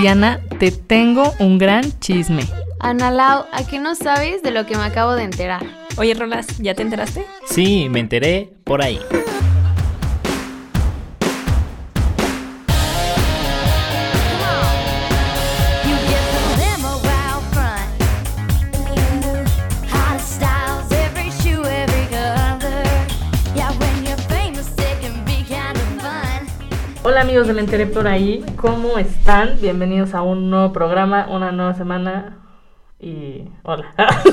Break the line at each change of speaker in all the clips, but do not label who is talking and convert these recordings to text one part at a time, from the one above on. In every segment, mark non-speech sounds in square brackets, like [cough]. Diana, te tengo un gran chisme.
Ana Lau, ¿a qué no sabes de lo que me acabo de enterar?
Oye, Rolas, ¿ya te enteraste?
Sí, me enteré por ahí.
Hola amigos del Enteré por ahí, ¿cómo están? Bienvenidos a un nuevo programa, una nueva semana y hola. [laughs]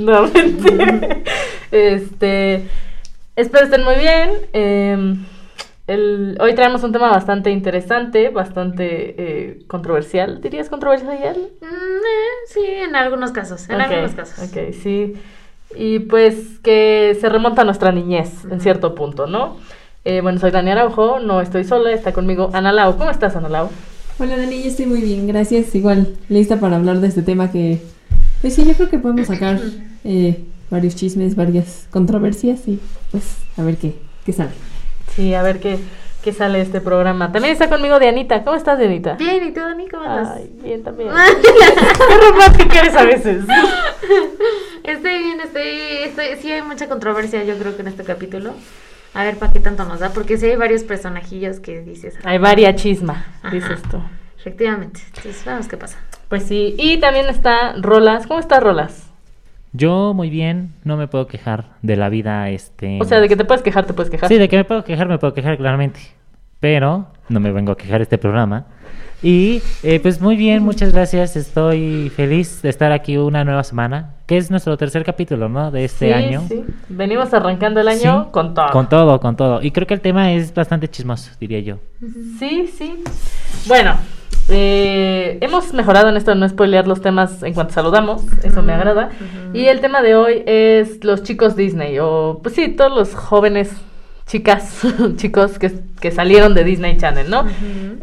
Nuevamente. este, espero estén muy bien. Eh, el- hoy traemos un tema bastante interesante, bastante eh, controversial. ¿Dirías controversial?
Mm, eh, sí, en algunos casos, en
Ok,
algunos casos.
Ok, sí. Y pues que se remonta a nuestra niñez en cierto punto, ¿no? Eh, bueno, soy Dani Araujo, no estoy sola, está conmigo Ana Lau. ¿Cómo estás, Ana Lau?
Hola Dani, yo estoy muy bien, gracias. Igual, lista para hablar de este tema que, pues sí, yo creo que podemos sacar eh, varios chismes, varias controversias y pues a ver qué, qué sale.
Sí, a ver qué, qué sale de este programa. También está conmigo Dianita. ¿Cómo estás, Dianita?
Bien, ¿y tú, Dani, cómo estás?
Ay, bien
[laughs]
también. qué romántica eres a veces.
Estoy bien, estoy, estoy... Sí hay mucha controversia, yo creo que en este capítulo. A ver, ¿para qué tanto nos da? Porque sí hay varios personajillos que dices... ah,
Hay varia chisma, dices
Ajá.
tú.
Efectivamente. Entonces, vamos, ¿qué pasa?
Pues sí, y también está Rolas. ¿Cómo está Rolas?
Yo muy bien, no me puedo quejar de la vida, este...
O sea, de que te puedes quejar, te puedes quejar.
Sí, de que me puedo quejar, me puedo quejar claramente. Pero no me vengo a quejar este programa. Y eh, pues muy bien, muchas gracias. Estoy feliz de estar aquí una nueva semana, que es nuestro tercer capítulo, ¿no? De este
Sí,
año.
sí. Venimos arrancando el año
Sí.
con todo.
Con todo, con todo. Y creo que el tema es bastante chismoso,
[laughs]
diría yo.
Sí, sí. Bueno, eh, hemos mejorado en esto de no spoilear los temas en cuanto saludamos, eso me agrada. Y el tema de hoy es los chicos Disney, o pues sí, todos los jóvenes chicas, [laughs] chicos que, que salieron de Disney Channel, ¿no?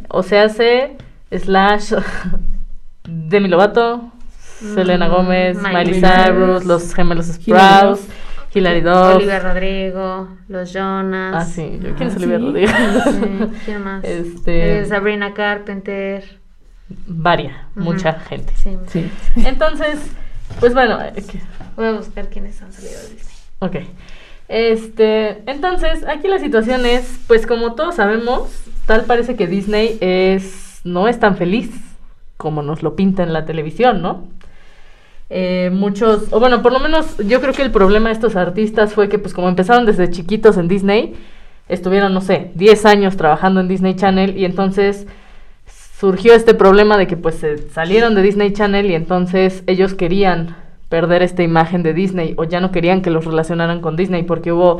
O sea, hace slash [laughs] Demi Lovato, Selena Gómez,
Mm, Miley
Miley
Cyrus,
Cyrus, los gemelos
Hilary Duff.
Sprouse, Hilary Duff.
Olivia Rodrigo, los Jonas.
Ah, sí, yo quiero
Ah,
Olivia
sí.
Rodrigo.
Sí, ¿Quién más?
[laughs] Este-
Eh, Sabrina Carpenter.
Varia,
Ujú.
mucha gente.
Sí.
Sí.
Entonces, pues bueno, eh, que-
Voy a buscar quiénes han salido de Disney.
ok. Este, entonces, aquí la situación es, pues como todos sabemos, tal parece que Disney es no es tan feliz como nos lo pinta en la televisión, ¿no? Eh, muchos, o bueno, por lo menos yo creo que el problema de estos artistas fue que pues como empezaron desde chiquitos en Disney, estuvieron, no sé, 10 años trabajando en Disney Channel y entonces surgió este problema de que pues se salieron de Disney Channel y entonces ellos querían perder esta imagen de Disney o ya no querían que los relacionaran con Disney porque hubo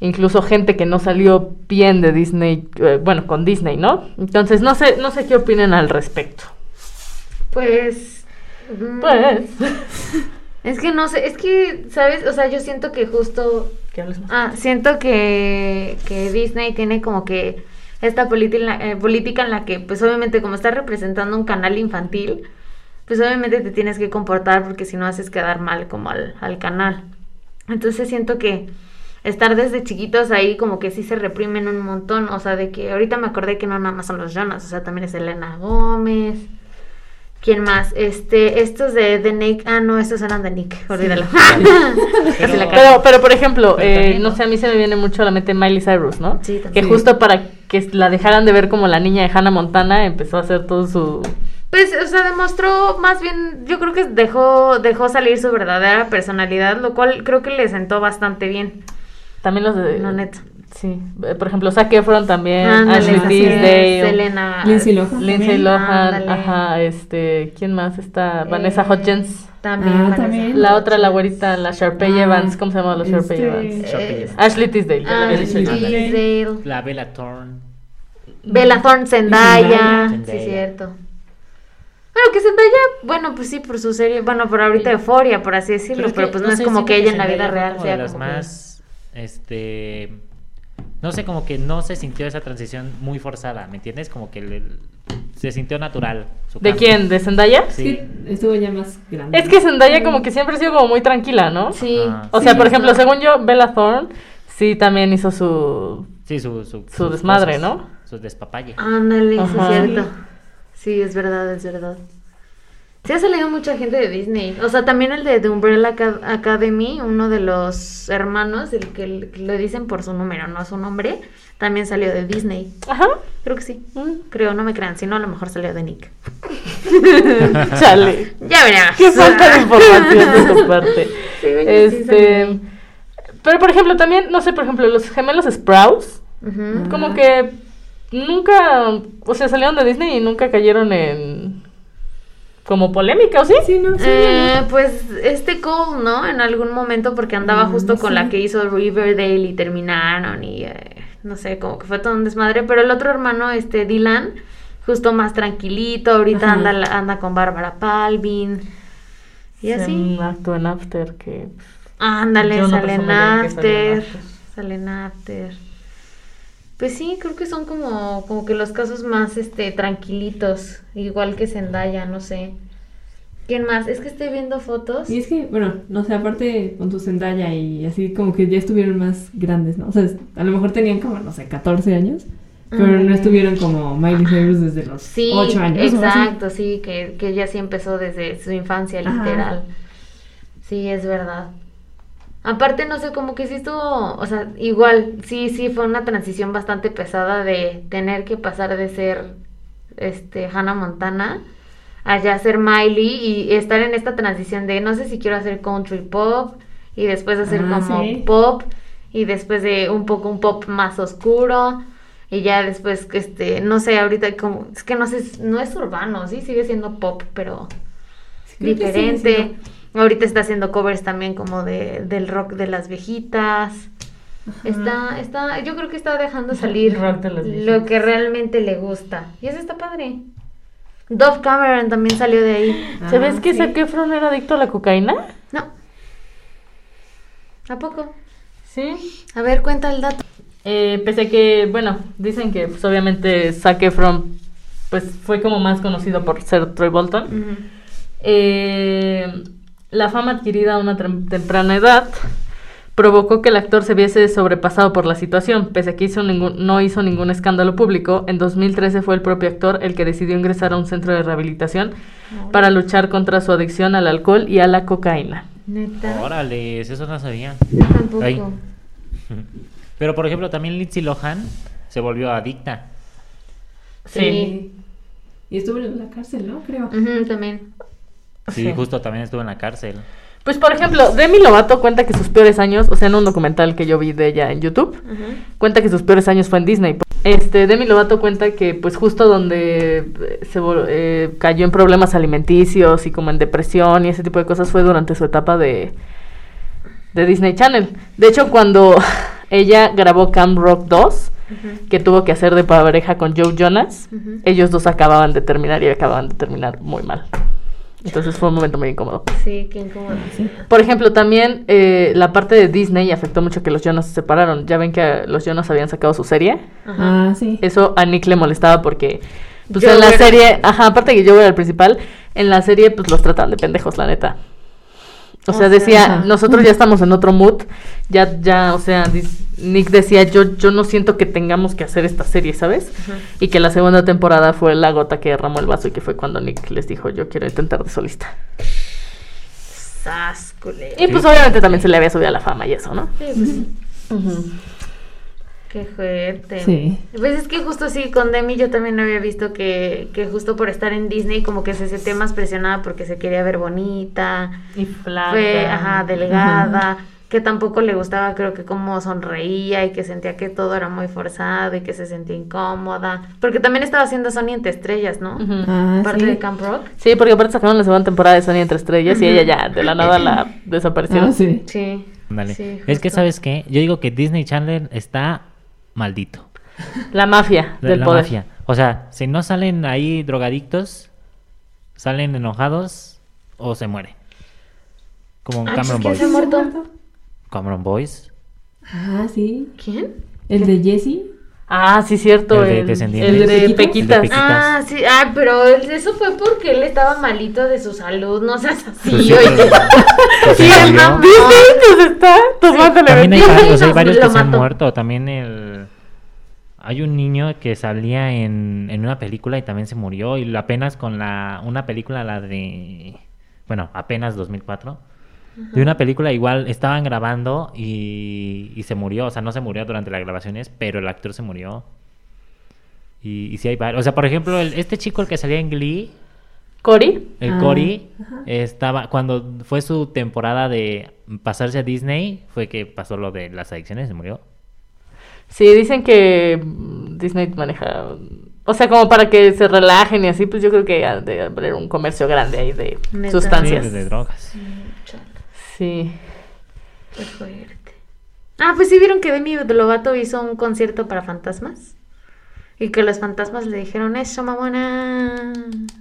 incluso gente que no salió bien de Disney, eh, bueno, con Disney, ¿no? Entonces no sé, no sé qué opinan al respecto.
Pues. mm,
Pues, [laughs]
Es que no sé, es que, ¿sabes? O sea, yo siento que justo.
¿qué hables más?
Ah, siento que, que Disney tiene como que esta política, política en la que, pues obviamente, como estás representando un canal infantil, pues obviamente te tienes que comportar porque si no haces quedar mal como al, al canal. Entonces siento que estar desde chiquitos ahí como que sí se reprimen un montón. O sea, de que ahorita me acordé que no nada más son los Jonas, o sea, también es Elena Gómez. ¿Quién más? Este, estos de, de Nick. Ah, no, estos eran de Nick. Olvídalo. [laughs] Casi la cago.
Pero, pero por ejemplo,
Pero
eh,
también,
no
¿no?
sé, a mí se me viene mucho a la mente Miley Cyrus, ¿no?
Sí, también.
Que
Sí.
justo para que la dejaran de ver como la niña de Hannah Montana, empezó a hacer todo su...
Pues, o sea, demostró más bien, yo creo que dejó, dejó salir su verdadera personalidad, lo cual creo que le sentó bastante bien.
También los de...
No, neta.
Sí, eh, por ejemplo, Zac Efron también,
Ándale,
Eh, Ashley
así es,
Tisdale,
Selena.
Lindsay Lohan.
Lindsay
también.
Lohan,
Ándale.
ajá, este, ¿quién más está?
eh,
Vanessa Hudgens,
También.
Ah,
Vanessa.
también.
la otra, la güerita, la Sharpay
Ah,
Evans, ¿cómo se llama la Sharpay
este,
Evans?
Eh,
Ashley Tisdale, ya lo había dicho yo.
Ashley Tisdale.
La Bella Thorne.
Bella Thorne, Zendaya.
Zendaya.
Sí, cierto. Bueno, que Zendaya, bueno, pues sí, por su serie, bueno, por ahorita Euforia, por así decirlo, pero, pues no, es como que ella en la vida real sea
de las
como que-
más, este... No sé, como que no se sintió esa transición muy forzada, ¿me entiendes? Como que le- se sintió natural.
ah.
su
¿De
cambio.
quién? ¿De Zendaya?
Es
Sí.
que estuvo ya más grande.
Es que Zendaya como que siempre ha sido como muy tranquila, ¿no?
Sí.
Ajá.
O sea,
Sí,
por ejemplo,
justo.
según yo, Bella Thorne sí también hizo su...
Sí, su, su,
Su
sus
desmadre,
cosas,
¿no?
Ah,
Su despapalle.
Ándale, sí,
Ajá.
cierto. Sí, es verdad, es verdad. Sí ha salido mucha gente de Disney. O sea, también el de The Umbrella Aca- Academy, uno de los hermanos, el que l- que le dicen por su número, no su nombre, también salió de Disney. [laughs]
Ajá.
Creo que sí.
Mm.
Creo, no me crean, si no a lo mejor salió de Nick.
Chale.
Ya verás.
[laughs] Qué falta de información de tu parte.
Sí, oye, sí,
este,
salió.
pero por ejemplo, también, no sé, por ejemplo, los gemelos Sprouse,
Ujú.
como que nunca, o sea, salieron de Disney y nunca cayeron en como polémica, ¿o sí?
Sí, no, sí.
Eh, pues este Cole, ¿no? En algún momento porque andaba
Mm,
justo con
sí.
la que hizo Riverdale y terminaron y eh, no sé, como que fue todo un desmadre. Pero el otro hermano, este Dylan, justo más tranquilito, ahorita
Ajá.
anda, anda con Bárbara Palvin y así.
Un acto en After que
Ándale,
Yo no
salen
presumo de que salen
after,
after.
salen after. Pues sí, creo que son como, como que los casos más este tranquilitos, igual que Zendaya, no sé. ¿Quién más? Es que estoy viendo fotos.
Y es que, bueno, no sé, aparte con tu Zendaya y así como que ya estuvieron más grandes, ¿no? O sea, es- a lo mejor tenían como, no sé, 14 años, pero no
Ándale.
estuvieron como Miley Cyrus desde los
Sí,
8 años. o así.
exacto, sí, que, que ella sí empezó desde su infancia,
Ajá.
literal. Sí, es verdad. Aparte, no sé, como que sí estuvo, o sea, igual, sí, sí, fue una transición bastante pesada de tener que pasar de ser, este, Hannah Montana a ya ser Miley y estar en esta transición de, no sé si quiero hacer country pop y después hacer
Ah,
como
sí.
pop y después de un poco un pop más oscuro y ya después este no sé ahorita como es que no sé no es urbano sí sigue siendo pop pero
Sí, creo que sí,
diferente
sí,
ahorita está haciendo covers también como de del rock de las viejitas está está yo creo que está dejando
[laughs]
salir
rock de las
lo
viejitas.
que realmente le gusta y eso está padre Dove Cameron también salió de ahí
Ah,
¿Sabes que
sí.
Zac Efron era adicto a la cocaína?
no a poco
Sí.
a ver cuenta el dato
Eh, pese a que, bueno, dicen que pues, obviamente Zac Efron pues, fue como más conocido por ser Troy Bolton. Eh, la fama adquirida a una tem- temprana edad provocó que el actor se viese sobrepasado por la situación. Pese a que hizo ningún- no hizo ningún escándalo público, en 2013 fue el propio actor el que decidió ingresar a un centro de rehabilitación para luchar contra su adicción al alcohol y a la cocaína.
neta
Órale, eso no sabía.
Yo tampoco.
Ay. Pero por ejemplo, también Lindsay Lohan se volvió adicta.
Sí. Y estuvo en la cárcel, ¿no? Creo.
Ujú, también.
Sí,
Sí.
justo también estuvo en la cárcel.
Pues por ejemplo, Demi Lovato cuenta que sus peores años, o sea, en un documental que yo vi de ella en YouTube, cuenta que sus peores años fue en Disney. Este, Demi Lovato cuenta que pues justo donde eh, se vol- eh, cayó en problemas alimenticios y como en depresión y ese tipo de cosas fue durante su etapa de, de Disney Channel. De hecho, cuando [laughs] ella grabó Camp Rock 2,
Ujú.
que tuvo que hacer de pareja con Joe Jonas,
Ujú.
ellos dos acababan de terminar y acababan de terminar muy mal. Entonces fue un momento muy incómodo.
Sí, qué incómodo.
Por ejemplo, también eh, la parte de Disney afectó mucho que los Jonas se separaron. Ya ven que los Jonas habían sacado su serie.
Ajá.
Ah, sí.
Eso a Nick le molestaba porque, pues
Joe
en la
era-
serie, ajá, aparte que yo era el principal, en la serie pues los tratan de pendejos, la neta.
O
O
sea,
sea, decía,
ajá.
nosotros ya estamos en otro mood, ya, ya, o sea, dis- Nick decía, yo, yo no siento que tengamos que hacer esta serie, ¿sabes?
Ajá.
Y que la segunda temporada fue la gota que derramó el vaso y que fue cuando Nick les dijo, yo quiero intentar de solista.
Sas, culero.
Y pues obviamente también se le había subido a la fama y eso, ¿no?
Sí, pues, Qué fuerte.
Sí.
Pues es que justo sí, con Demi yo también había visto que, que justo por estar en Disney como que se sentía más presionada porque se quería ver bonita,
Y flaca.
fue ajá, delgada, que tampoco le gustaba creo que cómo sonreía y que sentía que todo era muy forzado y que se sentía incómoda, porque también estaba haciendo Sony entre estrellas, ¿no?
Ujú.
Ah,
Parte
sí.
de Camp Rock.
Sí, porque aparte sacaron la segunda temporada de Sony entre estrellas y ella ya de la nada la desaparecieron.
[laughs] Ah, sí.
Sí.
Ándale.
Sí,
es que,
justo.
¿sabes qué? Yo digo que Disney Channel está maldito.
La mafia
La,
del
la
poder.
mafia. O sea, si no salen ahí drogadictos, salen enojados o se mueren. Como
Ah,
Cameron
¿quién se
Boys.
muere? muerto?
Cameron Boys.
Ah, sí.
¿Quién?
El de Jesse.
Ah, sí, cierto.
El de
El,
Descendientes.
el de
¿El de
Pequitas.
Pequitas?
Ah, sí, ah, pero él- eso fue porque él estaba malito de su salud, no seas así.
Pues
[laughs]
sí,
oye.
pero- pues sí,
Sí,
murió.
mamá.
¿Viste? Pues Ah, está tomándole [laughs]
También hay,
ventaja.
varios, o sea, hay
Lo
varios que se han
mató.
muerto. También el. Hay un niño que salía en, en una película y también se murió. Y apenas con la una película, la de... Bueno, apenas 2004. De una película igual estaban grabando y, y se murió. O sea, no se murió durante las grabaciones, pero el actor se murió. Y, y sí hay varios. O sea, por ejemplo, el- este chico el que salía en Glee,
Cory.
el
Ah,
Cory,
ajá.
estaba, cuando fue su temporada de pasarse a Disney, fue que pasó lo de las adicciones, se murió.
Sí, dicen que mm, Disney maneja. mm, O sea, como para que se relajen y así, pues yo creo que ha de haber un comercio grande ahí de
Neta.
Sí,
sustancias.
de drogas.
Sí.
Qué fuerte. Ah, pues sí vieron que Demi Lovato hizo un concierto para fantasmas. Y que los fantasmas le dijeron eso, mamona.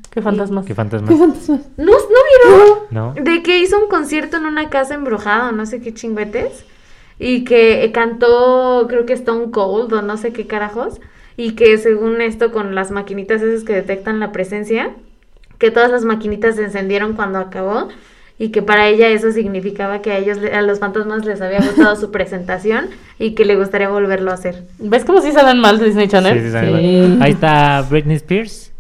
Qué fantasmas.
¿Qué fantasma?
¿Qué fantasma?
¿No, ¿No
No.
vieron? De que hizo un concierto en una casa embrujada, o no sé qué chingüetes. Y que cantó, creo que Stone Cold o no sé qué carajos. Y que según esto, con las maquinitas esas que detectan la presencia, que todas las maquinitas se encendieron cuando acabó. Y que para ella eso significaba que a ellos, a los fantasmas les había gustado su presentación y que le gustaría volverlo a hacer.
¿Ves cómo sí salen mal de Disney Channel?
Sí, sí, sabe.
Sí.
Ahí está Britney Spears.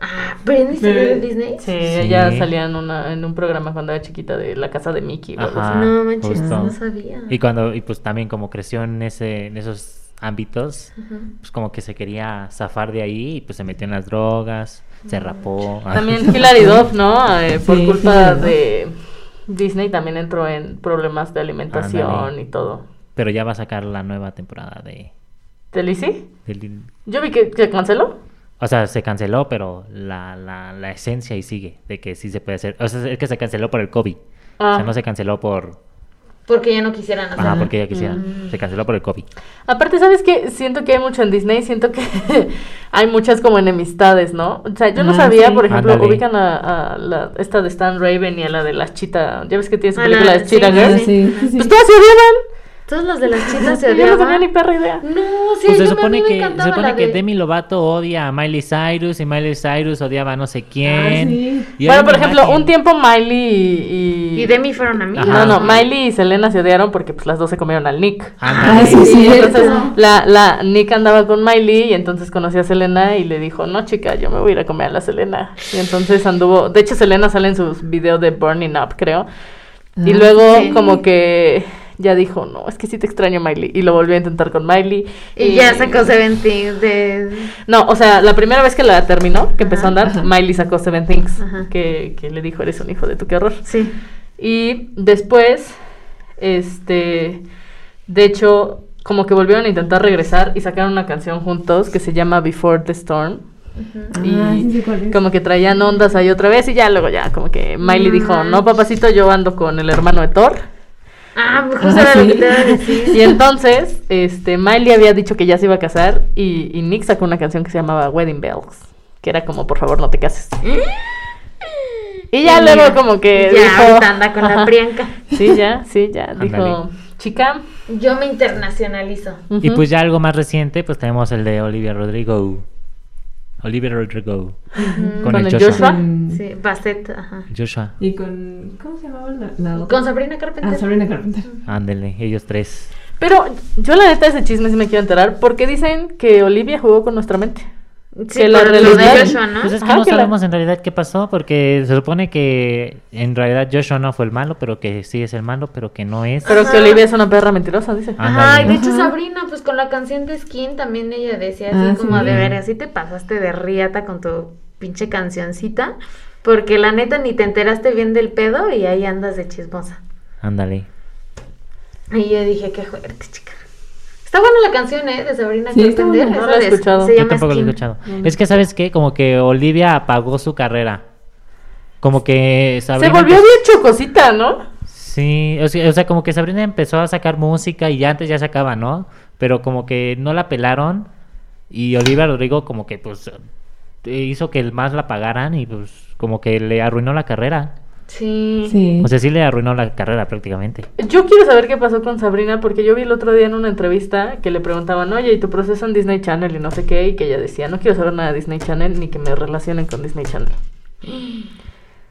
Ah, ¿Britney salió de Disney?
Sí, ella
Sí.
salía en, una- en un programa cuando era chiquita de la casa de Mickey. o algo
Ajá.
así.
no manches,
justo.
no sabía.
Ah.
Y cuando, y pues también como creció en ese, en esos ámbitos,
Ajá.
pues como que se quería zafar de ahí y pues se metió en las drogas, se rapó. [laughs]
También Hilary Duff, ¿no? Eh, por
Sí,
culpa
Hilary Duff.
de Disney también entró en problemas de alimentación
Ándale.
y todo.
Pero ya va a sacar la nueva temporada de,
¿Te Lizzy?
del-
Yo vi que, que canceló.
O sea, se canceló, pero la, la, la esencia y sigue, de que sí se puede hacer. O sea, es que se canceló por el COVID. O
Ah.
sea, no se canceló por...
Porque ya no quisieran hacerlo.
Ajá, porque ella quisiera. Se canceló por el COVID.
Aparte, ¿sabes qué? Siento que hay mucho en Disney, siento que [laughs] hay muchas como enemistades, ¿no? O sea, yo no
Ah,
sabía,
sí.
por ejemplo,
Ándale.
ubican a, a la, esta de Stan Raven y a la de las Cheetah, ya ves que tiene su
Ah,
película
la-
de Cheetah
sí,
Ah,
Girls.
sí,
sí, sí, sí.
Pues todas se odiaban.
Todos los de las
[laughs]
chicas se
yo no
odiaban.
tenía ni perra idea.
No, sí,
Pues
yo
se
me- a mí me
supone que, se
encantaba
supone
la
que
de-
Demi Lovato odia a Miley Cyrus y Miley Cyrus odiaba a no sé quién.
Ah, sí.
Y hay
Bueno, por
una
ejemplo,
imagen-
un tiempo Miley y...
Y Demi fueron a mí.
Ajá.
No, no, Miley y Selena se odiaron porque pues las dos se comieron al Nick.
Ándale.
Ah, sí, sí.
Entonces,
Cierto.
la, la Nick andaba con Miley y entonces conoció a Selena y le dijo, no chica, yo me voy a ir a comer a la Selena. Y entonces anduvo, de hecho Selena sale en sus videos de Burning Up, creo. Y
Ah,
luego
sí.
como que ya dijo, no, es que sí te extraño Miley. Y lo volvió a intentar con Miley.
Y, ya sacó Seventeen de...
No, o sea, la primera vez que la terminó, que empezó a andar,
Ajá.
Miley sacó Seven Things,
Ajá.
que, que le dijo, eres un hijo de tu qué horror.
Sí.
Y después, este, de hecho, como que volvieron a intentar regresar y sacaron una canción juntos que se llama Before the Storm.
Ah,
y
sí sé cuál es.
como que traían ondas ahí otra vez y ya luego ya, como que Miley
No
Ah.
dijo,
manches.
no, papacito, yo ando con el hermano de Thor.
Ah, pues justo
Ah,
era lo
sí.
que te iba a [laughs] decir.
Y entonces, este, Miley había dicho que ya se iba a casar y, y Nick sacó una canción que se llamaba Wedding Bells, que era como, por favor, no te cases.
¿Eh?
Y ya
Y
luego
mira,
como que
Ya,
dijo-
ahorita anda con la
Ajá.
Priyanka.
Sí, ya, sí, ya.
Ándale.
Dijo, chica.
Yo me internacionalizo.
Y
ujú.
pues ya algo más reciente, pues tenemos el de Olivia Rodrigo. Olivia Rodrigo. Con, el, Joshua.
Joshua.
Con-
Sí, Bastet, ajá.
Joshua.
Y con... ¿Cómo se llamaba la, la otra?
Con Sabrina Carpenter.
Ah, Sabrina Carpenter.
Ándele, ellos tres.
Pero yo la neta ese chisme sí me quiero enterar porque dicen que Olivia jugó con nuestra mente.
Sí,
que la
por lo de
realidad-
Joshua, ¿no?
Pues es que
Ajá,
no
que la-
sabemos en realidad qué pasó, porque se supone que en realidad Joshua no fue el malo, pero que sí es el malo, pero que no es.
Pero
Ajá.
que Olivia es una perra mentirosa, dice.
Ah.
Ajá, y de
Ándale.
hecho
Ajá.
Sabrina, pues con la canción de Skin también ella decía así
Ah,
como
sí.
de ver, así te pasaste de riata con tu pinche cancioncita, porque la neta ni te enteraste bien del pedo y ahí andas de chismosa.
Ándale.
Y yo dije, qué fuerte, chica. Está buena la canción, ¿eh? De Sabrina
Sí, está
Carpenter.
buena.
No
esa
la he
de-
escuchado.
Se
Yo
Yo
llama
tampoco lo he
Skin.
escuchado. Es que, ¿sabes qué? Como que Olivia apagó su carrera. Como que
Se
Sabrina...
volvió
pues-
bien chocosita, ¿no?
Sí, o sea, o sea, como que Sabrina empezó a sacar música y ya antes ya sacaba, ¿no? Pero como que no la pelaron y Olivia Rodrigo como que pues eh, hizo que el más la pagaran y pues como que le arruinó la carrera.
Sí.
Sí.
O sea, sí le arruinó la carrera prácticamente.
Yo quiero saber qué pasó con Sabrina porque yo vi el otro día en una entrevista que le preguntaban, oye, ¿y tu proceso en Disney Channel y no sé qué? Y que ella decía, no quiero saber nada de Disney Channel ni que me relacionen con Disney Channel.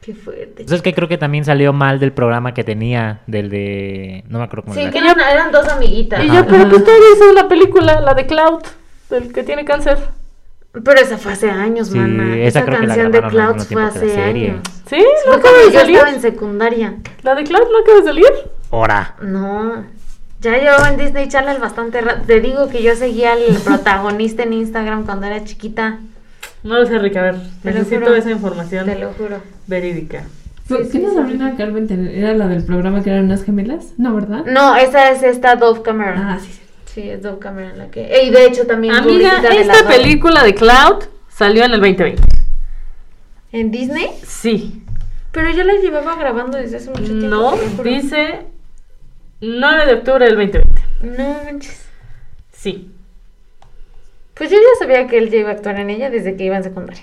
Qué fuerte.
Entonces es que creo que también salió mal del programa que tenía, del de... No me acuerdo cómo
Sí,
era.
que eran, eran dos amiguitas.
Y yo, pero pues todavía hizo una película, la de Cloud. del que tiene cáncer.
Ah, Pero esa fue hace años,
Sí,
mana.
esa
Esa,
creo que la
canción de
grabaron al
Clouds
mismo
fue
tiempo que la
hace
serie.
años.
¿Sí?
Fue
¿No acaba
cuando
de
yo
salir?
estaba en secundaria.
¿La de Cloud no acaba de salir?
Ahora.
No. Ya llevaba en Disney Channel bastante rato. Te digo que yo seguía
[laughs]
al protagonista en Instagram cuando era chiquita.
No lo sé, Rick, a ver,
Te lo
necesito
juro.
esa información
Te lo juro.
verídica.
¿Qué no Sabrina Carpenter? ¿Era la del programa que eran unas gemelas? No, ¿verdad?
No, esa es esta Dove Cameron.
Ah, sí, sí.
Sí, es Dove Cameron la que. Eh, Y de hecho también.
Amiga,
publicita de la
Ah, esta
Dove.
película de Cloud salió en el 2020.
¿En Disney?
Sí.
Pero yo la llevaba grabando desde hace mucho tiempo.
No,
te lo juro.
dice 9 de octubre del 2020.
No manches.
Sí.
Pues yo ya sabía que él ya iba a actuar en ella desde que iba en
[laughs]
secundaria.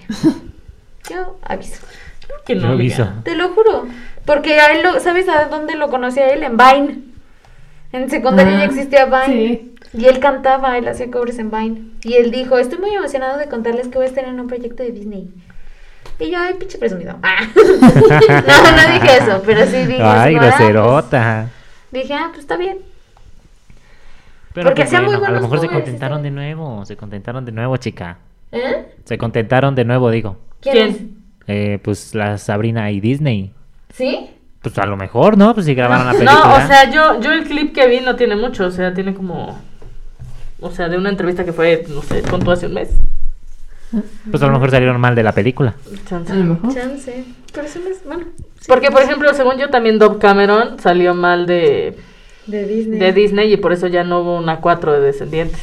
Yo aviso.
Creo que no.
Yo
amiga.
aviso. [laughs]
Te lo juro. Porque a él lo, ¿sabes a dónde lo conocí a él? En Vine. En secundaria
Ah,
ya existía Vine.
sí.
Y él cantaba, él hacía covers en Vine. Y él dijo, estoy muy emocionado de contarles que voy a estar en un proyecto de Disney. Y yo, ay, pinche presumido. [laughs] Ah. no, no dije eso, pero sí dije así
Ay,
como, "Ah,
groserota.
pues". Dije, ah, pues está bien.
Pero
Porque
qué
hacían muy
bueno, a lo
buenos
mejor se
covers,
contentaron
este.
de nuevo, se contentaron de nuevo, chica.
¿Eh?
Se contentaron de nuevo, digo.
¿Quién?
¿Quién?
Eh, pues la Sabrina y Disney.
es? ¿Sí?
Pues a lo mejor, ¿no? Pues si grabaron la película.
No, o sea, yo, yo el clip que vi no tiene mucho, o sea, tiene como... O sea, de una entrevista que fue, no sé, con tú hace un mes.
Pues a lo mejor salieron mal de la película.
Chance.
A lo
¿Ah?
mejor.
Chance. Pero eso no es, bueno. sí.
Mm. Porque, por ejemplo, según yo también Dob Cameron salió mal de,
De Disney.
de Disney y por eso ya no hubo una 4 de Descendientes.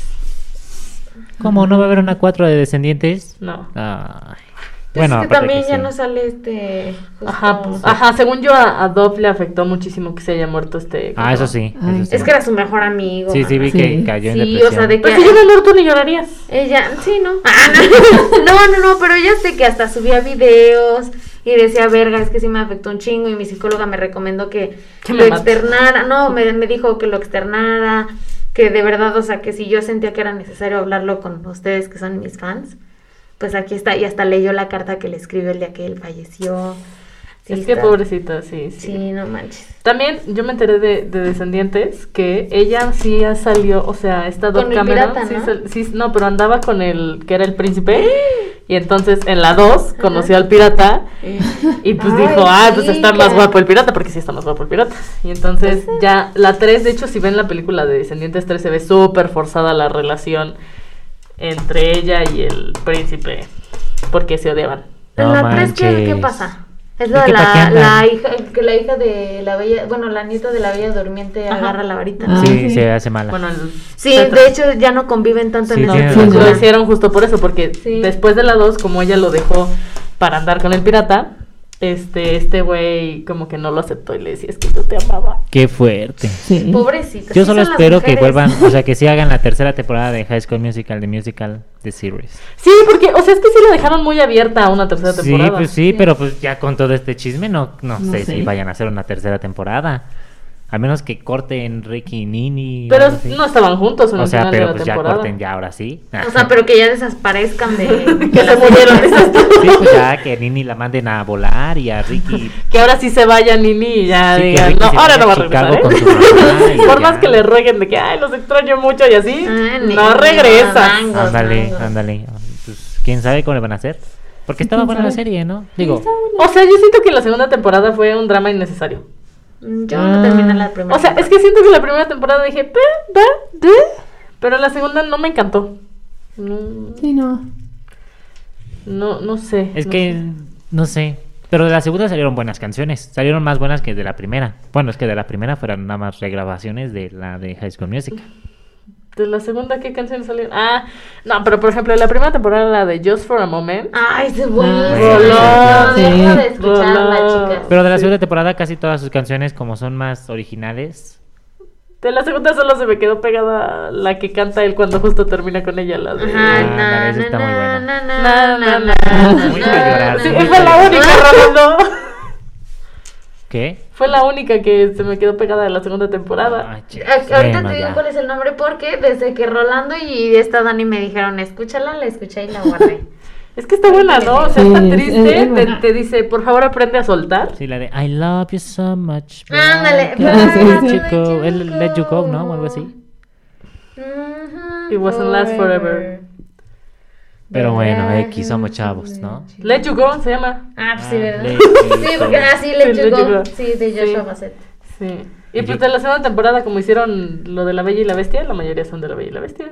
¿Cómo no va a haber una 4 de descendientes?
No.
Ay.
Pues es que
aparte
también
que
ya
sí.
no sale este. justo-
Ajá, pues, ajá, según yo a, a Dob le afectó muchísimo que se haya muerto este...
Ah, eso sí.
Ay.
eso sí.
Es que era su mejor amigo.
Sí, sí, vi
Sí.
que cayó en
Sí,
depresión.
o sea, de que.
Pues si yo me muero, tú ni llorarías.
Ella, sí, ¿no? Ah, no. [laughs] no, no, no, pero ella sé que hasta subía videos y decía, verga, es que sí me afectó un chingo y mi psicóloga me recomendó que,
Que
lo
me mate.
externara, no, me, me dijo que lo externara, que de verdad, o sea, que si yo sentía que era necesario hablarlo con ustedes que son mis fans, pues aquí está, y hasta leyó la carta que le escribe el día que él falleció. Sí,
es que
está-
pobrecita, sí, sí.
Sí, no manches.
También yo me enteré de, de Descendientes que ella sí ya salió, o sea, esta
Con
Doc
el
Cameron.
pirata,
sí
¿no?
sal- sí, no, pero andaba con el que era el
[gasps]
príncipe. Y entonces en la 2 conoció al pirata y pues
Ay,
dijo, ah, pues
chica.
está
Pues
más guapo el pirata, porque sí está más guapo el pirata. Y entonces ya la 3, de hecho, si ven la película de Descendientes 3, se ve súper forzada la relación entre ella y el príncipe, porque se odiaban.
No
la 3, ¿qué,
manches.
pasa? Es
¿Y
la,
qué,
de
para qué
la,
andan?
la hija, que la hija de la bella, bueno, la nieta de la bella durmiente
Ajá.
agarra la varita.
Ah,
¿no?
Sí,
sí.
se hace mala.
Bueno, el
Sí,
Petra.
de hecho ya no conviven tanto
Sí,
en
tiene
esa
razón.
Lo
película.
hicieron justo por eso, porque
Sí.
después de la 2, como ella lo dejó para andar con el pirata, este este güey como que no lo aceptó y le decía, es que yo te amaba.
Qué fuerte.
Sí.
Pobrecita.
Yo solo espero que vuelvan, o sea, que sí hagan la tercera temporada de High School Musical, de Musical, de Series.
Sí, porque, o sea, es que sí la dejaron muy abierta a una tercera
Sí,
temporada.
pues sí, pero pues ya con todo este chisme no, no,
No
sé,
sé.
si vayan a hacer una tercera temporada. A menos que corten Ricky y Nini. o
Pero
algo así.
no estaban juntos en
O
el
sea,
final de
pero
la
pues ya
temporada.
corten ya ahora sí.
[laughs] O
[laughs]
sea, pero que ya desaparezcan de...
[laughs] Que se murieron [laughs] esas dos.
Sí,
[laughs]
pues ya que a Nini la manden a volar y a Ricky.
Que ahora sí se vaya Nini y ya
Sí, que
digan,
Ricky
no,
se
ahora
vaya
no va a
a Chicago
regresar. ¿eh?"
con
[laughs]
su mamá y
Por
ya.
más que le rueguen de que, ay, los extraño mucho y así,
Ah, ni-
no
ni
regresa.
van a-
Ándale,
mangos.
ándale. Pues quién sabe cómo le van a hacer. Porque estaba
¿Quién
buena la
sabe?
serie, ¿no? Digo,
O sea, yo siento que la segunda temporada fue un drama innecesario.
Mm, Yo no terminé
Ah.
la primera.
O sea, es que siento que la primera temporada dije, "Pe, pe, de", pero la segunda no me encantó. No,
Sí, no.
no, no sé.
es
no
que
sé.
no sé. Pero de la segunda salieron buenas canciones. Salieron más buenas que de la primera. Bueno, es que de la primera fueron nada más regrabaciones de la de High School Musical.
De la segunda, ¿qué canciones salieron? Ah, no, pero por ejemplo, la primera temporada, la de Just for a Moment.
Ay,
Ah,
se vuelve.
Rolón.
No dejo de
Sí.
escucharla,
Rolón.
chicas.
Pero de la
Sí.
segunda temporada casi todas sus canciones, como son más originales,
De la segunda solo se me quedó pegada la que canta él cuando justo termina con ella, la de...
Ajá,
Ah, ándale, esa está muy buena.
na,
Na,
na,
na, na,
na,
Muy
na,
para llorar,
Sí,
na,
muy
esa es
na.
la
para
única,
Ah.
Rolando.
¿qué?
Fue la única que se me quedó pegada de la segunda temporada.
Ay, chicos,
A- Ah, Ahorita
bueno,
te digo
ya.
cuál es el nombre porque desde que Rolando y esta Dani me dijeron, escúchala, la escuché y la
[laughs]
guardé.
Es que está buena, ¿no? O sea, está
Sí, es-
triste,
es
te,
buena.
te dice, por favor aprende a soltar.
Sí, la de I love you so much. but
Ah, Ándale,
I
pero
can't
sí,
let
sí.
you
[laughs]
go. El- Let you go, ¿no? O algo así.
Mhm,
It wasn't last forever.
Pero bueno,
¿Verdad?
X, somos chavos, ¿no?
Let You Go se llama.
Ah, pues [laughs] sí, ¿verdad?
Let
Sí,
you
porque
go.
así Let
Sí, Let
You
You Go.
Go. Sí, de Joshua
Sí.
Bassett.
Sí. Y
Y
pues
yo-
de la segunda temporada, como hicieron lo de La Bella y la Bestia, la mayoría son de La Bella y la Bestia.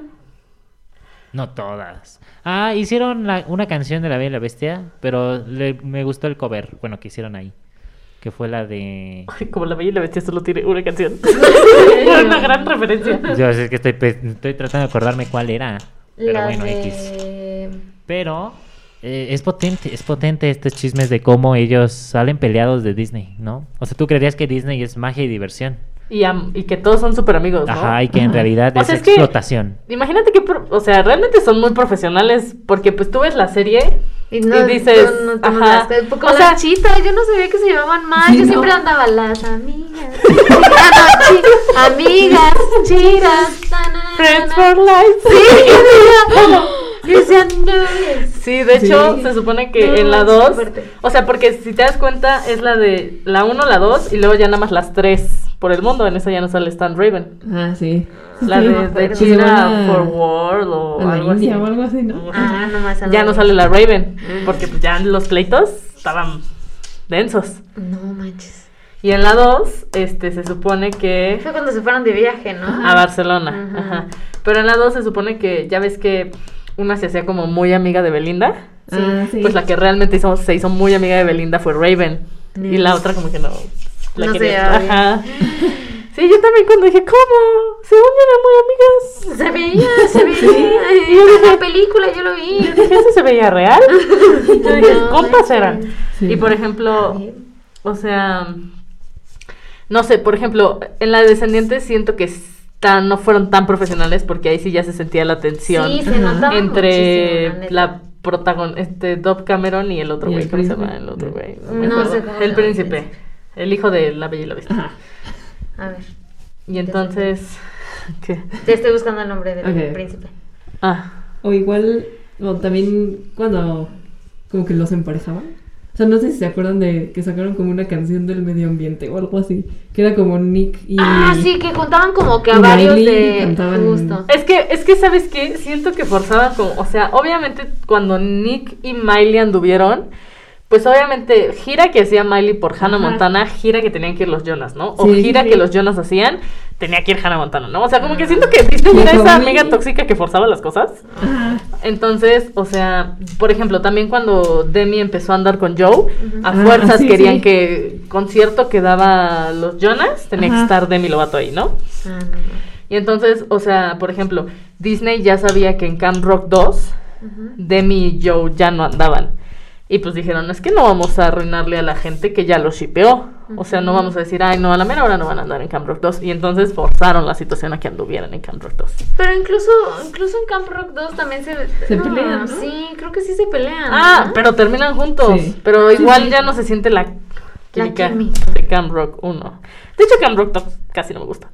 No todas. Ah, hicieron la- una canción de La Bella y la Bestia, pero le- me gustó el cover, bueno, que hicieron ahí. Que fue la de...
Como La Bella y la Bestia solo tiene una canción. [laughs] Fue una gran referencia.
Yo es que estoy, pe- estoy tratando de acordarme cuál era. Pero
La
bueno, X.
de...
Pero eh, es potente, es potente estos chismes de cómo ellos salen peleados de Disney, ¿no? O sea, tú creerías que Disney es magia y diversión.
Y, am- y que todos son súper amigos, Pues ¿no?
Ajá, y que en realidad
O
es
sea, es que-
explotación.
Imagínate que, pro- o sea, realmente son muy profesionales porque pues tú ves la serie
Y, no,
Y dices,
no, no, tú no
ajá.
das- como
O sea-
las chitas, yo no sabía que se llevaban mal,
Sí,
yo
no.
siempre andaba las
[laughs]
amigas, Ah, no, chi- amigas, chidas, na, na, na,
Friends
na.
for Life.
Sí, yo decía, yo decía, no, es-
Sí, de hecho,
Sí.
se supone que
No,
en la
es
2.
fuerte.
O sea, porque si te das cuenta, es la de la 1, la 2 y luego ya nada más las 3 por el mundo. En esa ya no sale Stan Raven.
Ah, sí.
La
Sí.
de, de
Que se
China
van a-
for World o
a la
algo
India
así.
o algo así, Mm. ¿no?
Ah, no más
Ya no sale la Raven. Porque pues ya los pleitos estaban densos.
No manches.
Y en la 2, este, se supone que.
Fue cuando se fueron de viaje, ¿no?
a Barcelona.
Ujú.
Ajá. Pero en la 2 se supone que ya ves que una se hacía como muy amiga de Belinda.
Ah, sí.
Pues la que realmente hizo- se hizo muy amiga de Belinda fue Raven. Y la otra como que no. La
No se
quería-
llevaba bien.
Ajá. Sí, yo también cuando dije, ¿cómo? Se unen muy amigas.
Se veía, se veía. En la película yo lo vi.
Dije, ¿eso se veía
[laughs]
real? Yo dije,
No,
compas
sí.
eran.
Sí.
Y por ejemplo, o sea, no sé, por ejemplo, en la de Descendientes siento que tan- no fueron tan profesionales porque ahí sí ya se sentía la tensión.
Sí, se
Ajá.
notaba muchísimo,
entre
neta.
la protagonista, este Dob Cameron y el otro
Y
güey,
el
¿cómo se
príncipe.
llama? El otro güey.
No
me acuerdo.
sé cómo se
El
llama.
príncipe, el hijo de la Bella y la Bestia.
A ver,
Y entonces, ¿qué?
ya estoy buscando el nombre del
Ok.
príncipe.
Ah,
O igual, o también cuando como que los emparejaban. O sea, no sé si se acuerdan de que sacaron como una canción del medio ambiente o algo así. Que era como Nick y...
Ah, sí, que juntaban como que a
y
varios
Miley
de
cantaban-
justo.
es que, es que, ¿sabes qué? Siento que forzaban como, o sea, obviamente cuando Nick y Miley anduvieron, pues obviamente gira que hacía Miley por Hannah
Ajá.
Montana, gira que tenían que ir los Jonas, ¿no? O
Sí, sí,
gira
sí.
que los Jonas hacían, tenía que ir Hannah Montana, ¿no? O sea, como que siento que Disney era
Dijo,
esa
"Uy".
amiga tóxica que forzaba las cosas.
Ah. Ajá.
Entonces, o sea, por ejemplo, también cuando Demi empezó a andar con Joe, a
Ah,
fuerzas
sí,
querían
sí.
que concierto que daba los Jonas, tenía que
Ajá.
estar Demi Lovato ahí, ¿no?
Ah, no, no.
Y entonces, o sea, por ejemplo, Disney ya sabía que en Camp Rock 2
Ujú.
Demi y Joe ya no andaban. Y pues dijeron, es que no vamos a arruinarle a la gente que ya lo shipeó. O sea, no vamos a decir, ay, no, a la mera hora no van a andar en Camp Rock 2. Y entonces forzaron la situación a que anduvieran en Camp Rock 2.
Pero incluso, incluso en Camp Rock 2 también se... Ah,
Se pelean, ¿no?
Sí, creo que sí se pelean.
Ah,
¿no?
pero terminan juntos.
Sí.
Pero
Sí,
igual
sí.
ya no se siente la química
química.
de Camp Rock 1. De hecho, Camp Rock 2 casi no me gusta.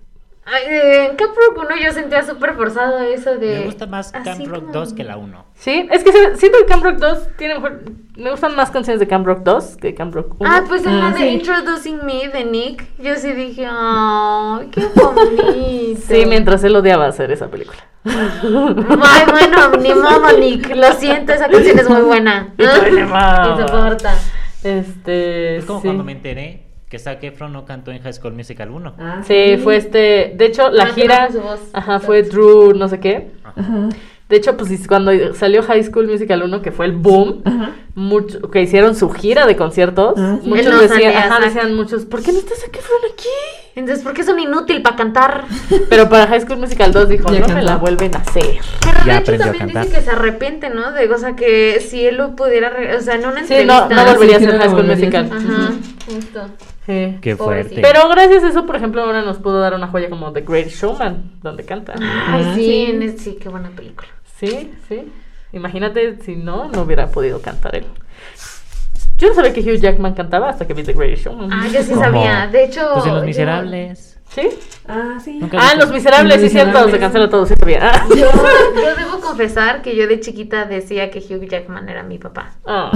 Ay, eh, en Camp Rock 1 yo sentía súper forzado eso de...
Me gusta más Camp Rock 2 que la 1.
Sí, es que se- siento que Camp Rock 2 tiene mejor. Me gustan más canciones de Camp Rock 2 que Camp Rock 1.
Ah, pues en la
Ah,
de
sí.
Introducing Me de Nick, yo sí dije, ¡ay, qué bonito!
sí, mientras él odiaba hacer esa película.
Ay, bueno, ni modo, Nick. Lo siento, esa canción es muy buena.
Y duele
[laughs]
más.
soporta.
Este.
Es como
sí.
cuando me enteré que Zac Efron no cantó en High School Musical 1.
Ah,
Sí, fue este. De hecho, la
Ah, que
gira.
baja su voz.
Ajá, fue Drew, no sé qué.
Ajá.
De hecho, pues es cuando salió High School Musical 1, que fue el boom,
Ajá.
mucho- que hicieron su gira de conciertos,
Ah, sí.
muchos
Él no
decían,
salía,
ajá,
Zac.
decían muchos, ¿por qué no está Zac Efron aquí?
Entonces, ¿por qué son inútil para cantar?
Pero para High School Musical 2 dijo,
Ya
no me
cantó.
la vuelven a hacer.
Pero
Ya
de hecho
aprendió a
también
cantar.
dice que se arrepiente, ¿no? De cosa que si él lo pudiera, re- o sea, en una
Sí, no,
entrevista.
no volvería a
sí,
hacer
no
High School
volvería a
Musical.
hacer.
Ajá, justo.
Sí.
Qué
Pobrecito.
fuerte.
Pero gracias a eso, por ejemplo, ahora nos pudo dar una joya como The Great Showman, donde canta.
Ay,
Ah,
sí,
sí.
en el- sí, qué buena película.
Sí, sí. Imagínate si no, no hubiera podido cantar él. Yo no sabía que Hugh Jackman cantaba hasta que vi The Great Showman.
Ah, yo sí
¿Cómo?
sabía. De hecho.
Mm. Pues en Los
yo- [laughs]
Miserables.
¿Sí?
Ah, sí.
Nunca-
Ah, en Los Miserables, sí,
Los
cierto,
Miserables.
se cancela todo, sí, sabía. Ah.
[laughs] Yo, yo debo confesar que yo de chiquita decía que Hugh Jackman era mi papá.
Ah.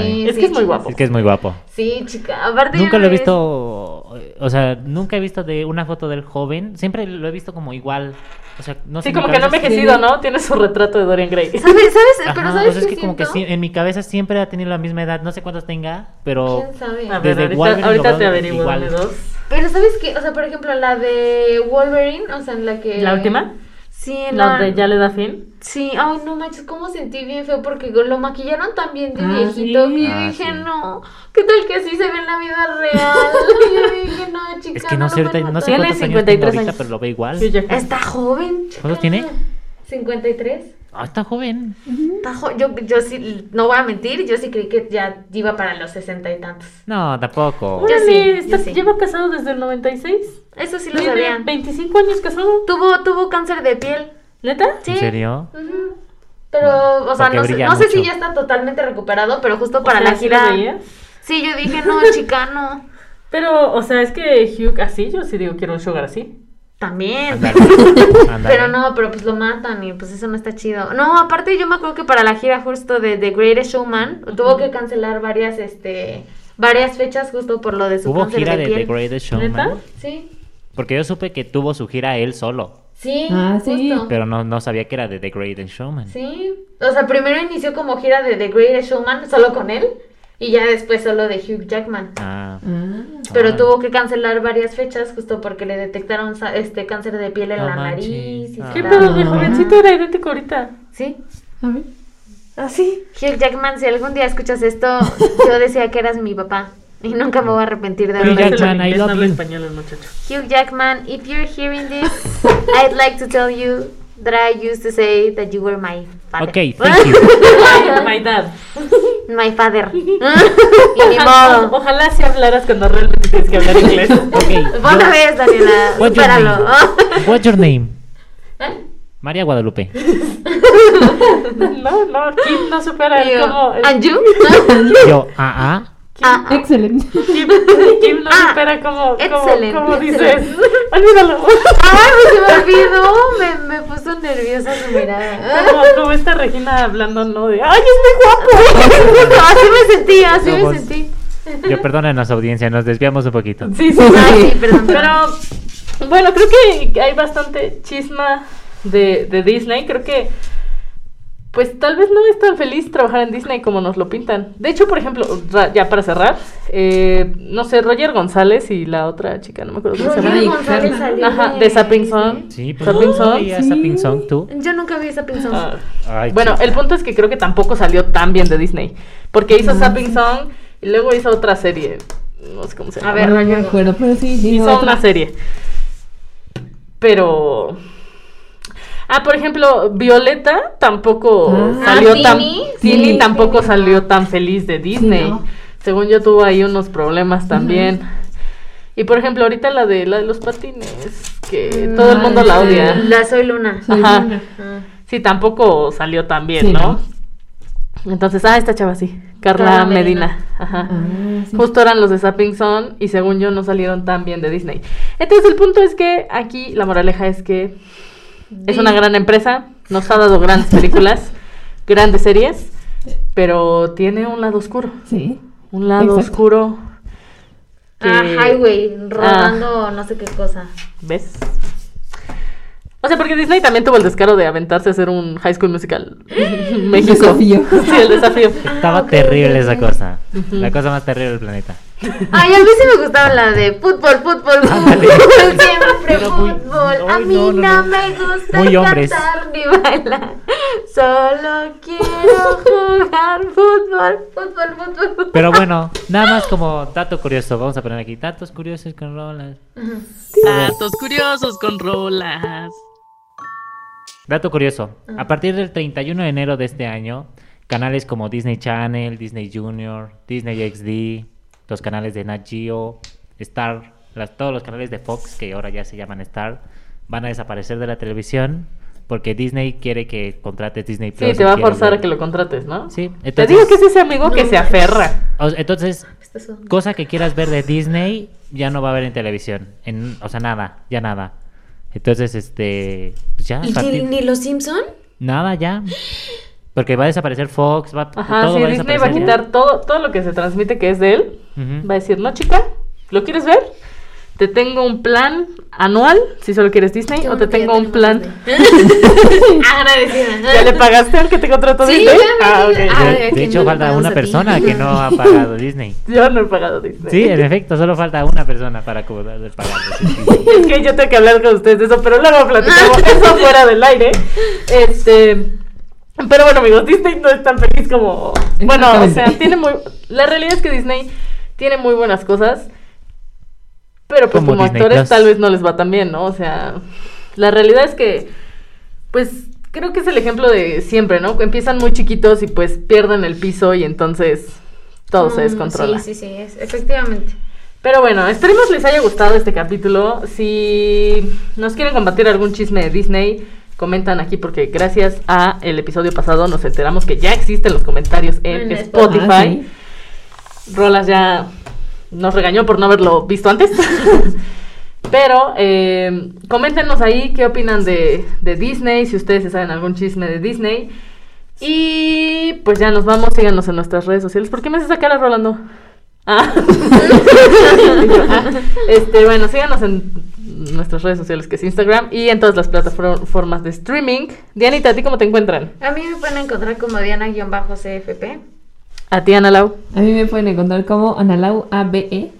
Ay,
Es que es muy guapo.
Es que es muy guapo.
Sí, chica. Aparte yo
Nunca lo he
una vez-
visto eh, o sea, nunca he visto de una foto del joven, siempre lo he visto como igual. O sea, no sé,
sí,
en
como
mi
que no ha
cabeza es-
envejecido, ¿no? Tiene su retrato de Dorian Gray.
¿Sabes? ¿Sabes? Pero
Ajá,
¿sabes
o sea, es
qué
que como que sí,
siento?
en mi cabeza siempre ha tenido la misma edad, no sé cuántos tenga, pero
¿Quién sabe?
[laughs] A ver,
Desde
ahorita,
Wolverine
ahorita
lo
te
veo
averiguo
igual.
dame dos.
Pero ¿sabes qué? O sea, por ejemplo, la de Wolverine, o sea, en la que...
¿La última?
Sí, en la...
La de ya le da fin.
Sí, ay, no manches, cómo sentí bien feo porque lo maquillaron tan bien de
Ah,
viejito
sí.
que yo
Ah,
dije,
sí.
no, ¿qué tal que así se ve en la vida real? [laughs] Y yo dije, no, chica,
es que no, sé
lo
ahorita,
van a
no sé
matar".
Tiene
cuántos años tengo
53
ahorita,
años.
pero lo veo igual.
Sí, ya.
Está joven. chica.
¿Cuántos tiene?
53.
Ah, está joven.
Está jo- yo, yo sí, no voy a mentir, yo sí creí que ya iba para los sesenta y tantos.
No, tampoco.
Yo
Órale,
sí, yo
está-
sí.
lleva casado desde el 96.
Eso sí lo
Tiene
sabían.
25 años casado.
Tuvo, tuvo cáncer de piel.
¿Neta?
Sí.
¿En serio?
Ujú. Pero, o sea,
Porque
no, sé,
brilla
no sé si
mucho.
ya está totalmente recuperado, pero justo
O
para
sea,
la
¿sí lo
gira.
veías?
Sí, yo dije,
[laughs]
no, chicano.
Pero, o sea, es que Hugh así, yo sí digo quiero un sugar así.
También.
Ándale, ándale.
[laughs] Pero no, pero pues lo matan y pues eso no está chido. No, aparte yo me acuerdo que para la gira justo de The Greatest Showman tuvo que cancelar varias, este, varias fechas justo por lo de su
Hubo
cáncer
gira
de,
de
piel.
The Greatest Showman.
¿Neta?
Sí,
Porque yo supe que tuvo su gira él solo,
sí,
Ah, sí.
justo.
pero no, no sabía que era de The Greatest Showman.
Sí, o sea, primero inició como gira de The Greatest Showman solo con él y ya después solo de Hugh Jackman.
Ah,
Ah,
Pero
Ah.
tuvo que cancelar varias fechas justo porque le detectaron sa- este cáncer de piel en
No
la
manches.
nariz. y
Ah.
¿Qué
la-
pedo? De
Ah.
jovencito era idéntico ahorita.
Sí.
a ver. Ah,
Así. Hugh Jackman, si algún día escuchas esto, yo decía que eras mi papá y nunca me voy a arrepentir de
Pero
haberlo
ya-
hecho.
Jackman,
Jackman, I
inglés,
love
no habla
you.
español el muchacho.
Hugh Jackman, if you're hearing this, I'd like to tell you that I used to say that you were my father.
ok, thank you.
My dad.
[laughs] My
[laughs]
father. [laughs] y ni
Ojalá,
modo.
ojalá si hablaras cuando realmente tienes que hablar
[laughs]
inglés.
Ok,
Pues Vos
yo-
sabés, Daniela.
[laughs] What's your
Supéralo. Oh,
name? What's your name?
¿Eh?
María Guadalupe.
No, no, Kim no supera. eh,
Y
Es
yo,
como.
¿And you? [laughs]
Yo, ah, ah.
Ah, ah.
Excelente.
Kim, Kim no
Ah,
supera como, como,
excelente,
como dices.
excelente.
Olvídalo. [laughs]
Ay, pues se me olvidó. Me, me puso nerviosa su mirada.
Como, como esta Regina hablando, ¿no? De, ¡Ay, es muy
[laughs]
guapo!
así me sentí, así
No,
me
vos-
sentí.
Yo, perdónenos, audiencia, nos desviamos un poquito.
Sí, sí,
Ay, Ah, sí, perdón, perdón.
Pero bueno, creo que hay bastante chisma de, de Disney. Creo que, pues tal vez no es tan feliz trabajar en Disney como nos lo pintan. De hecho, por ejemplo, ra- ya para cerrar, eh, no sé, Roger González y la otra chica, no me acuerdo cómo se llama.
Roger
González salió
Ajá,
en
de Sapping Song.
Sí, pues
Sapping
no
Song.
veías
sí.
Sapping Song, tú.
Disney. Yo nunca vi esa pinzón.
Ah,
Ay,
bueno,
chica.
el punto es que creo que tampoco salió tan bien de Disney. Porque hizo
Mm.
No,
Sapping
sí.
Song y luego hizo otra serie. No sé cómo se llama.
A ver,
no me acuerdo, pero sí, sí.
hizo
otra.
una serie. Pero. Ah, por ejemplo, Violeta tampoco
Ah.
salió
Ah,
tan.
Tini.
Tini
Sí.
tampoco
Sí.
salió tan feliz de Disney.
Sí, no.
Según yo tuvo ahí unos problemas también. Y por ejemplo, ahorita la de la de los patines, que todo el mundo la
Mm, sí.
odia.
La soy Luna.
Soy
Ajá.
Luna.
Ah.
Sí, tampoco salió tan bien,
Sí,
¿no? Entonces, ah, esta chava sí, Carla
Carla
Medina.
Medina.
Ajá.
Ah, sí.
Justo eran los de Sapping Zone y según yo no salieron tan bien de Disney. Entonces el punto es que aquí la moraleja es que es una gran empresa, nos ha dado grandes
[laughs]
películas, grandes series, pero tiene un lado oscuro.
Sí.
Un lado
Exacto.
oscuro. que-
Ah, Highway, rodando no sé qué cosa.
¿Ves? O sea, porque Disney también tuvo el descaro de aventarse a hacer un High School Musical
[laughs]
México.
desafío.
[laughs] Sí, el desafío.
Estaba
Ah, ok,
terrible
ok,
esa
ok.
cosa. La cosa más terrible del planeta.
Ay, a mí sí me gustaba la de fútbol, fútbol,
Ándale.
fútbol, siempre
Pero muy-
fútbol. A
Ay,
mí no,
no, no, no.
me gusta
Muy hombres.
cantar ni bailar. Solo quiero jugar fútbol, fútbol, fútbol.
[laughs]
fútbol.
Pero bueno, nada más como dato curioso. Vamos a poner aquí datos curiosos con Roland.
Datos curiosos con rolas.
Dato curioso. A partir del 31 de enero de este año, canales como Disney Channel, Disney Junior, Disney XD, los canales de Nat Geo, Star, las- todos los canales de Fox que ahora ya se llaman Star, van a desaparecer de la televisión porque Disney quiere que contrates Disney Plus.
Sí,
y
te va a
quiere
forzar a
ver-
que lo contrates, ¿no?
Sí,
Te
entonces-
digo que es ese amigo que se aferra.
o- Entonces,
Está sudando.
cosa que quieras ver de Disney ya no va a haber en televisión, en, o sea nada, ya nada. Entonces, este, pues ya. a
¿Y ni,
partir-
ni los Simpson?
Nada ya. Porque va a desaparecer Fox, va
Ajá,
todo
sí,
va a
Disney va a
desaparecer.
quitar todo, todo lo que se transmite que es de él.
Ujú.
Va a decir, no, chica, ¿lo quieres ver? te tengo un plan anual, si solo quieres Disney,
Qué
o te
bueno que ya
tengo un
tenemos
plan...
Disney. Agradecida.
[laughs] ¿Ya le pagaste al que te contrató
Sí,
Disney?
ya me-
Ah,
Ah,
ok.
de,
¿quién
de
no
hecho,
le
falta
pagas
una
a ti?
persona que no ha pagado Disney.
Yo no he pagado Disney.
Sí, en efecto, solo falta una persona para cobrar el pago.
[laughs] Es que yo tengo que hablar con ustedes de eso, pero luego platicamos
Ah.
eso fuera del aire. Este. Pero bueno, amigos, Disney no es tan feliz como. Bueno, o sea,
Exactamente.
tiene muy. La realidad es que Disney tiene muy buenas cosas. Pero pues
Como
como
Disney
actores
Plus.
tal vez no les va tan bien, ¿no? O sea, la realidad es que. Pues creo que es el ejemplo de siempre, ¿no? Empiezan muy chiquitos y pues pierden el piso y entonces todo se
No,
descontrola.
Mm, Sí, sí, sí, es- efectivamente.
Pero bueno, esperemos les haya gustado este capítulo. Si nos quieren compartir algún chisme de Disney, comentan aquí porque gracias a el episodio pasado nos enteramos que ya existen los comentarios
En
en Spotify.
Spotify.
Ah, sí.
Rolas ya nos regañó por no haberlo visto [laughs] antes. Pero eh, coméntenos ahí qué opinan de, de Disney, si ustedes se saben algún chisme de Disney. Y pues ya nos vamos, síganos en nuestras redes sociales. ¿Por qué me haces esa cara, Rolando? Ah. [laughs] Ah, este, bueno, síganos en nuestras redes sociales, que es Instagram, y en todas las plataformas de streaming. Dianita, ¿a ti cómo te encuentran?
A mí me pueden encontrar como Diana-CFP.
A ti, Ana Lau.
A mí me pueden encontrar como Analau E. ABE.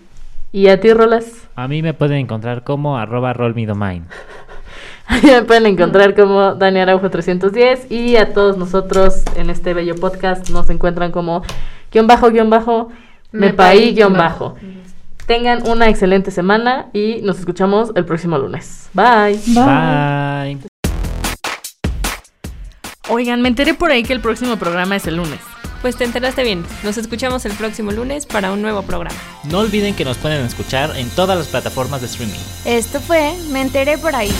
Y a ti, Rolas.
A mí me pueden encontrar como arroba rollmedomain.
[laughs] A mí me pueden encontrar como Dani Araujo 310 y a todos nosotros en este bello podcast nos encuentran como guión bajo, guión bajo, me paí, guión bajo. Tengan una excelente semana y nos escuchamos el próximo lunes. Bye.
Bye.
Oigan, me enteré por ahí que el próximo programa es el lunes.
Pues te enteraste bien. Nos escuchamos el próximo lunes para un nuevo programa.
No olviden que nos pueden escuchar en todas las plataformas de streaming.
Esto fue Me enteré por ahí.